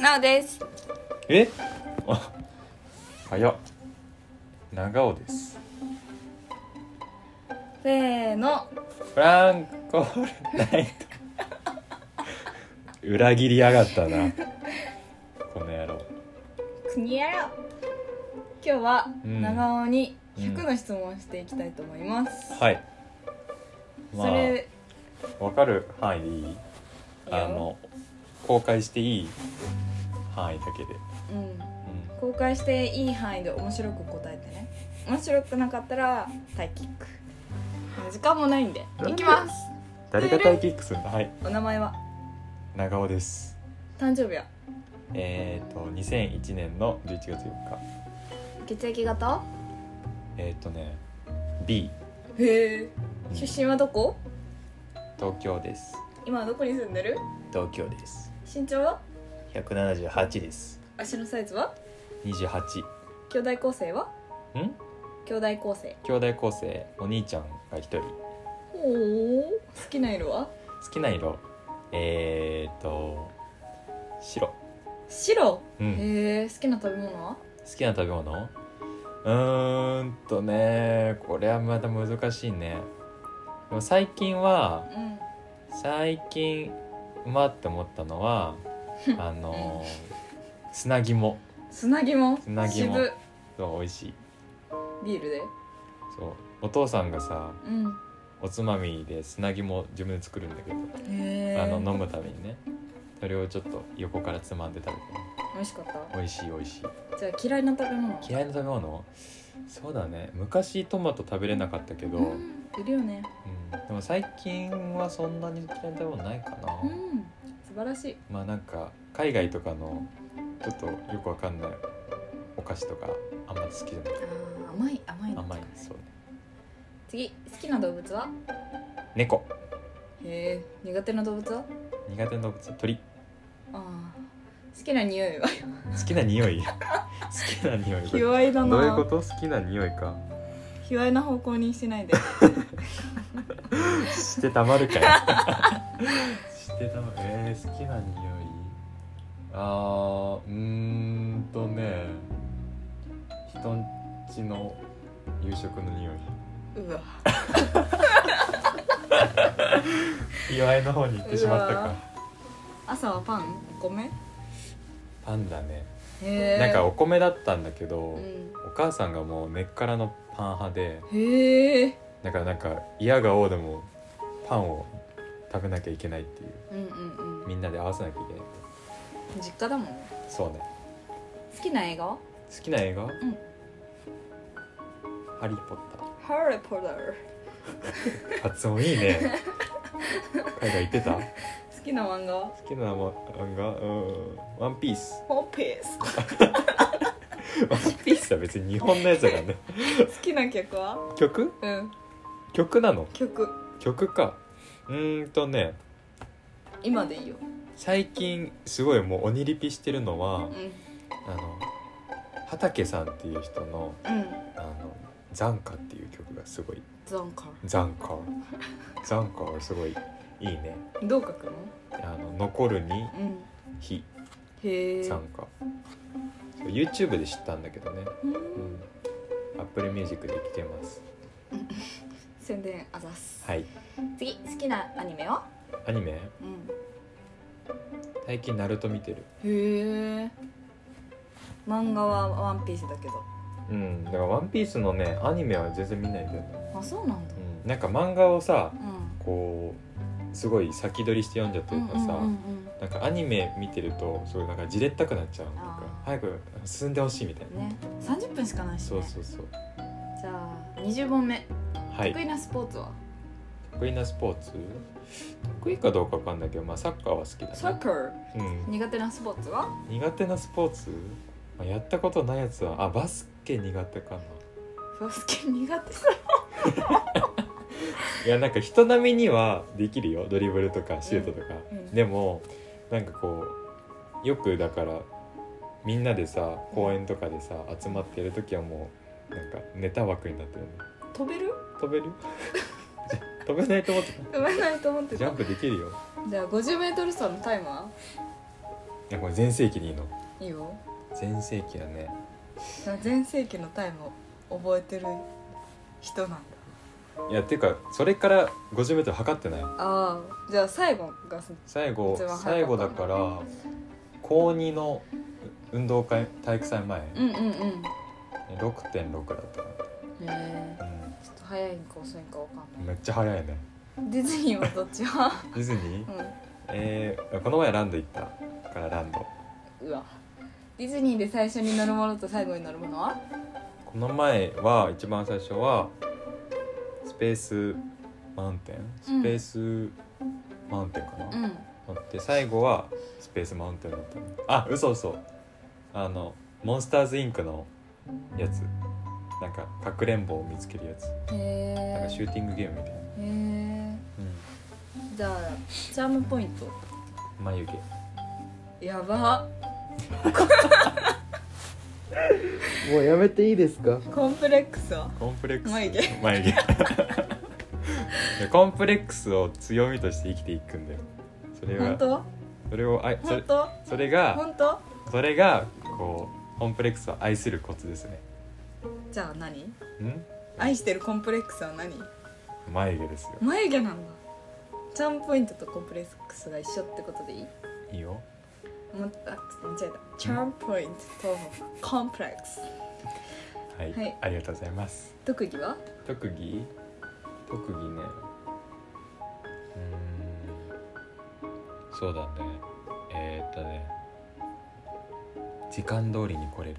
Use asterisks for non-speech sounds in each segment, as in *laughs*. なおです。えあ *laughs* 早っ長尾ですせーの。フランコールナイト裏切りやがったなこの野郎国やろ今日はうん長尾にう100んの質問をしていきたいと思います。はいまそれ、あわかる範囲でいいいいよあの公開していい範囲だけで、うん、う公開していい範囲で面白く答えてね。面白くなかったらタイキック。時間もないんで。なんでいきます。ん、誰がタイキックするんだはいお名前は長尾です誕生日はえっ、ー、と2001年の11月4日血液型えっ、ー、とね B へえ。出身はどこ東京です今どこに住んでる東京です身長は178です足のサイズは28兄弟構成はん兄弟構成。兄弟構成お兄ちゃんが一人おお。好きな色は好きな色えっ、ー、と白白うんへえ好きな食べ物は好きな食べ物うーんとねこれはまた難しいねでも最近はうん最近うまって思ったのはあの砂肝砂肝砂肝渋そう美味しいビールでそうお父さんがさうんおつまみで砂肝自分で作るんだけどへえあの飲むためにねそれをちょっと横からつまんで食べてね美味しかった美味しい美味しじゃあ嫌いな食べ物はい嫌いな食べ物そうだね昔トマト食べれなかったけど、うんいるよねでも最近はそんなに嫌いな食べ物ないかな、うん素晴らしいまあなんか海外とかのちょっとよくわかんないお菓子とかあんまり好きじゃないあー甘い甘いの甘いそうね次好きな動物は猫へえ苦手な動物は苦手な動物は鳥あー好きな匂いは好きな匂 *laughs* い好きな匂いこれ卑猥だなどういうこと好きな匂いか卑猥な方向にしないで *laughs* してたまるかよしてたまるえー、好きな匂いあーうーんとね人んちの夕食の匂いうわ祝いの方に行ってしまったうかわ朝はパンお米へパンだね、えなんかお米だったんだけど、うんお母さんがもう根っからのパン派でへえだからなんか嫌がおうでもパンを食べなきゃいけないっていううんうんうんみんなで合わせなきゃいけない実家だもんねそうね好きな映画は好きな映画、んハリー・ポッターハリー・ポッター発音いい *laughs* ね海外行ってた好きな漫画は好きな漫画うんワンピースワンピース好ワンピースは別に日本のやつだからねきな曲は曲うん曲なの曲曲かうーんとね今でいいよ最近すごいもう鬼リピしてるのはうんあの畑さんっていう人のうん「あの残歌」っていう曲がすごいゾンカ「残 *laughs* 歌」「残歌」はすごいいいねどう書くのあの残るにうん火へえ参加、そう YouTube で知ったんだけどね、ううんん、Apple Music で聴けます宣伝あざすはい次好きなアニメはアニメうん最近ナルト見てるへえ漫画はワンピースだけどうんだから「ワンピースのねアニメは全然見ないんだよね、あそうなんだうん、なんか漫画をさうんこうすごい先取りして読んじゃうとういんううかさ、んうんなんかアニメ見てるとすごいなんかじれったくなっちゃうのとかあー早く進んでほしいみたいうんな、ね30分しかないしそうねそうそうじゃあ20問目は得意いなスポーツは得意なスポーツ得意かどうかわかんないけど、まあ、サッカーは好きだねサッカーうん、苦手なスポーツは苦手なスポーツまあやったことないやつはあバスケ苦手かなバスケ苦手いやなんか人並みにはできるよドリブルとかシュートとか、うんうんでもなんかこうよくだからみんなでさ公園とかでさ集まってやる時はもうなんかネタ枠になってるね飛べる飛べる *laughs* 飛べないと思って飛べないと思ってたジャたンプできるよじゃあ 50m 走のタイマいやこれ全盛期でいいのいいよ全盛期だね全盛期のタイムを覚えてる人なんだいやっていうかそれから 50m 測ってないああじゃあ最後が最後一番早かった最後だから高2の運動会体育祭前、うんうんうん6.6だったのへえうちょっと早いんか遅いんかわかんんなめいっちゃ早いねディズニーはどっちはディズニー *laughs* うえー、この前ランド行ったからランドんうわディズニーで最初に乗るものと最後に乗るものはこの前は一番最初はスペースマウンテンスペースマウンテンかな、うん乗って最後はスペースマウンテンだったのあ嘘嘘あのモンスターズインクのやつなんかかくれんぼを見つけるやつへなえんかシューティングゲームみたいな、へえじゃあチャームポイントうん、眉毛やばもうやめていいですかコンプレックスはコンプレックス眉毛眉毛いやコンプレックスを強みとして生きていくんだよそれ本が当それをあいそ本れ当それが本当それがこうコンプレックスを愛するコツですねじゃあ何うん愛してるコンプレックスは何眉毛ですよ眉毛なんだチャームポイントとコンプレックスが一緒ってことでいいいいよもうあ間違えたチャームポイントとコンプレックスはい、はいありがとうございます特技は特技特技ねうーんそうだねえー、っとね時間通りに来れる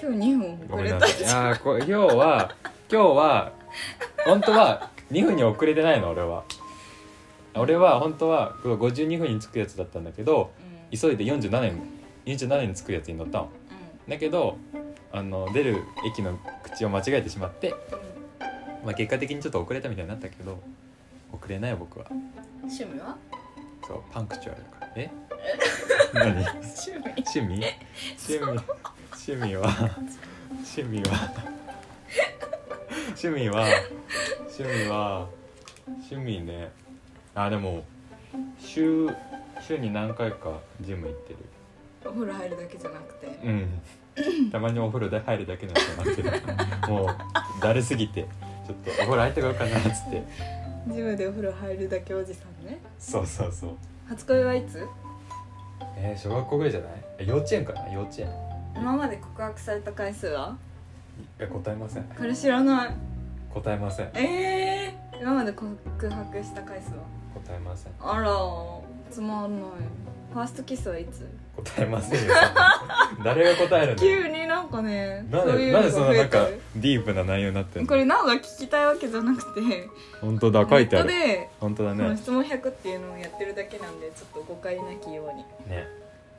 今日2分ご遅めんれなたさいあーこ今日は今日は本当は2分に遅れてないの俺は俺は本当はこの52分に着くやつだったんだけどうん急いで47年47に着くやつに乗ったのだけどあの出る駅の口を間違えてしまって、うまあ、結果的にちょっと遅れたみたいになったけど遅れない僕はん趣味はそうパンクチュアルだからえ何趣味趣味趣味趣味は趣味は趣味は趣味は趣味ねあでも週週に何回かジム行ってるお風呂入るだけじゃなくてうんたまにお風呂で入るだけなんだけどもうだるすぎてちょっとお風呂入ってこようかなっつってジムでお風呂入るだけおじさんねそうそうそう初恋はいつえー、小学校ぐらいじゃないえ幼稚園かな幼稚園今まで告白された回数はいや答えませんこれ知らない答えませんええー、今まで告白した回数は答えませんあらつまんないファーストキスはいつ答えませんよ *laughs* 誰が答えるの急になんかねなんそういでうのがなんでそんな増えなんてかるディープな内容になってんこのれなんか聞きたいわけじゃなくて本当だ書いてあネるットで本当だこのね質問100っていうのをやってるだけなんでちょっと誤解なきようにね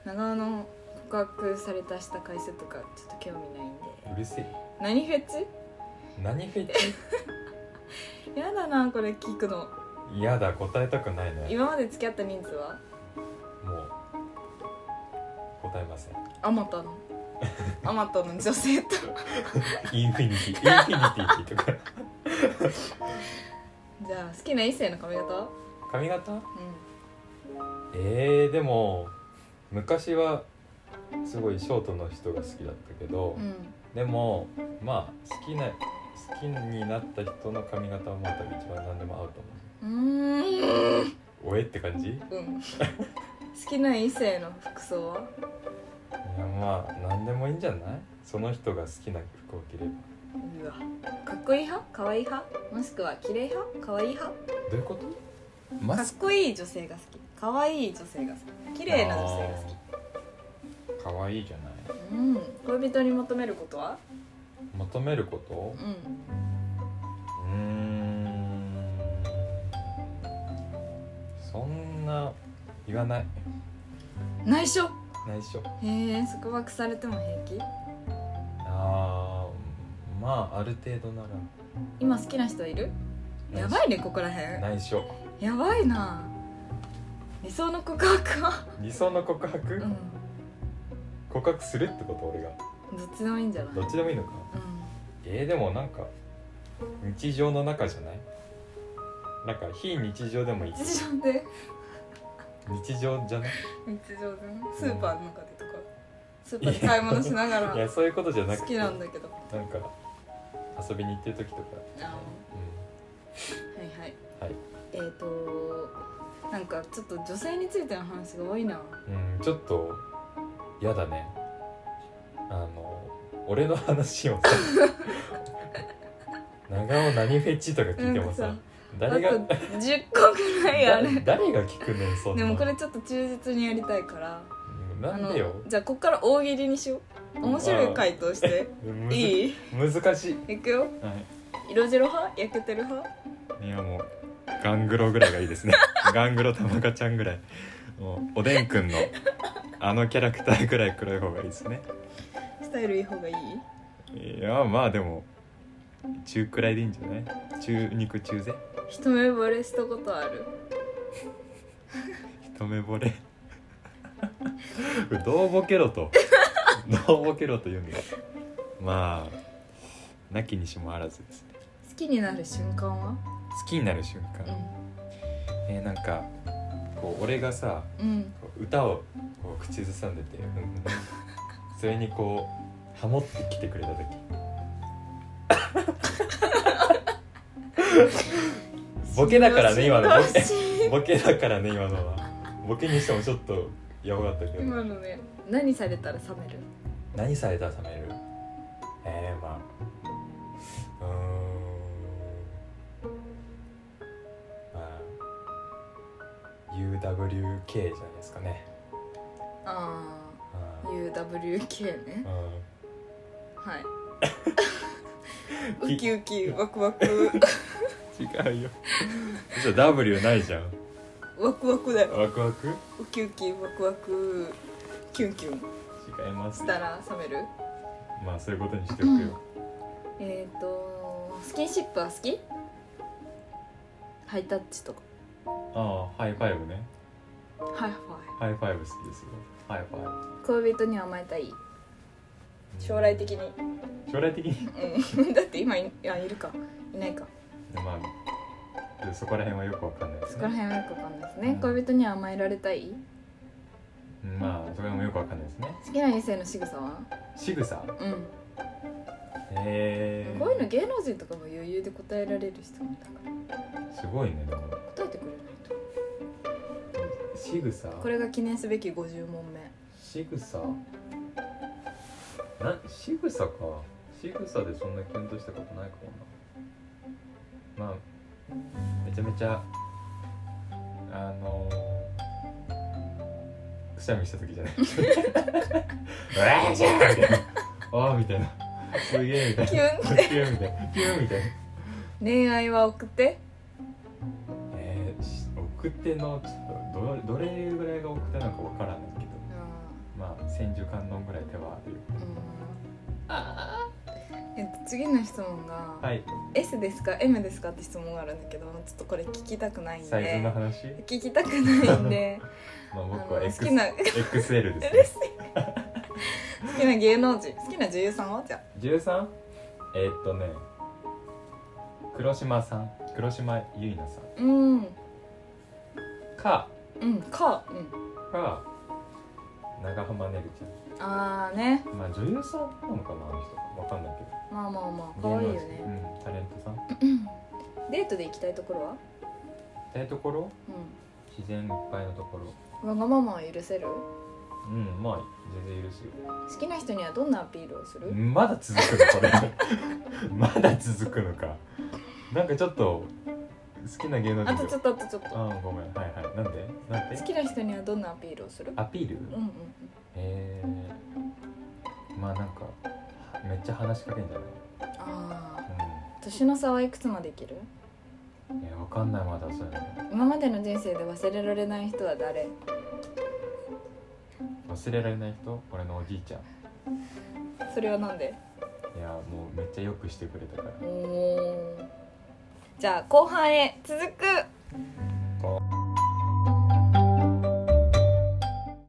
長尾の告白されたした回数とかちょっと興味ないんでうるせえ何フェチ何フェチやだなこれ聞くの嫌だ答えたくないね今まで付き合った人数はもう答えませんあま *laughs* たのあまたの女性とインフィニティインフィニティと *laughs* かじゃあ好きな異性の髪型は髪型うえー、でも昔はすごいショートの人が好きだったけど、ん、うん、でもまあ好きな好きになった人の髪型はまた一番何でも合うと思うーん、うおえって感じい *laughs* うん、好きな異性の服装はやまあ何でもいいんじゃないその人が好きな服を着ればうわかっこいい派かわいい派もしくは綺麗派かわいい派どういうことマかっこいい女性が好きかわいい女性が好き綺麗な女性が好きかわいいじゃないきうん恋人に求めることは求めることうんうーんそんな言わない内緒内緒へえ束縛されても平気あーまあある程度なら今好きな人いるやばいねここらへん内緒やばいな理想の告白は理想の告う白、ん告白するってこと俺がどっちでもいいんじゃないどっちでもいいのかうえー、でもなんか日常の中じゃないなんか非日常でもいいん日常で日常じゃない日常でねスーパーの中でとかスーパーで買い物しながいやらそういうことじゃな好くきてななんんかだけど遊びに行ってる時とか、あのうはいはいん、はいえっ、ー、となんかちょっと女性についての話が多いなうんちょっとやだねあの俺の話 *laughs* をさ長尾何フェチとか聞いてもなさんかあと誰が10個ぐらいあ誰る誰が聞くねんそんでなもこれちょっと忠実にやりたいからうんあなんのでよじゃあこっから大喜利にしよう面白い回答してむずいい難しい、いくよは色白派焼けてる派い、いやもうガングロぐらいがいい *laughs* ですねガングロ玉香ちゃんぐらいもうおでんくんのあのキャラクターぐらい黒い方がいいですねスタイルいい方がいいいやまあでも中くらいでいいんじゃない中肉中背一目惚れしたことある一目惚れ *laughs* これどうボケろ *laughs* とどうボケろと言うんだまあなきにしもあらずですね好きになる瞬間は好きになる瞬間、えーなんかこう俺がさうんうんこう歌をこう口ずさんでて、うんうんうんそれにこうハモってきてくれた時ボケだからね今のボケボケだからね今のはボケにしてもちょっとやばかったけど *laughs* 今のね何されたら冷める何されたら冷めるえー、まあうーんまあ UWK じゃないですかねああう UWK ねんうんはいき *laughs* ウキウキワクワク違うよじゃ W ないじゃんワクワクだよワクワクウキウキワクワクキュンキュン違いますしたら冷めるまあそういうことにしておくよえっ、ー、とスキンシップは好きハイタッチとかああハイファイブねハイフハイファイブ好きですよハイファイァイ恋人に甘えたいブ将来的に将来的に *laughs* うん *laughs* だって今いいやいるかいないかまあそこら辺はよくわかんないですそこらね辺はよくわかんないですね恋人には甘えられたいまあそれもよくわかんないですね好きな異性の仕草は仕草うんへえこういうの芸能人とかも余裕で答えられる人もいたからすごいねでも答えてくれないと仕草これが記念すべき50問目仕草な仕草か仕草でそんなキュンとしたことないかもなまあめちゃめちゃあのー、くしゃみした時じゃない *laughs* うわーじゃーみたいなあーみたいなすげえみたいなキュンンキュンみたいなキュンみたいな恋愛は送ってえー、し奥手のちょっとどどれぐらいが奥手なのかわからないけどまあ千手観音ぐらい手はあるうんえっと次の質問が、はい、 S ですか M ですかって質問があるんだけどちょっとこれ聞きたくないんサイズので話聞きたくないんでまああの *laughs* 僕は好 X きな XL です嬉 *laughs* しいね好きな芸能人好きな女優さんはじゃ 13? えーっとね黒島さん黒島結菜さあうんんかうんかうんか長濱ねるちああねゃんまあ女優さんなのかなあの人わかんないけまあまあまあど可愛いよ芸能人ね、うん、タレントさんっデートで行きたいところはていうところう自然いっぱいのところんわがままは許せるうんまあ全然許すよ好きな人にはどんなアピールをする、まだ続くのこ *laughs* れまだ続くのかなんかちょっと好きな芸能人あとちょっとあとちょっあとあごめんはいはいなんでなんで好きな人にはどんなアピールをするアピールうんうんうんえー、まあなんかめっちゃ話しかけんじゃないああ年の差はいくつまでいけるうんえー、わかんないまだそういうの今までの人生で忘れられない人は誰忘れられない人俺のおじいちゃんそれはなんでいやもうめっちゃよくしてくれたからおーじゃあ後半へ続く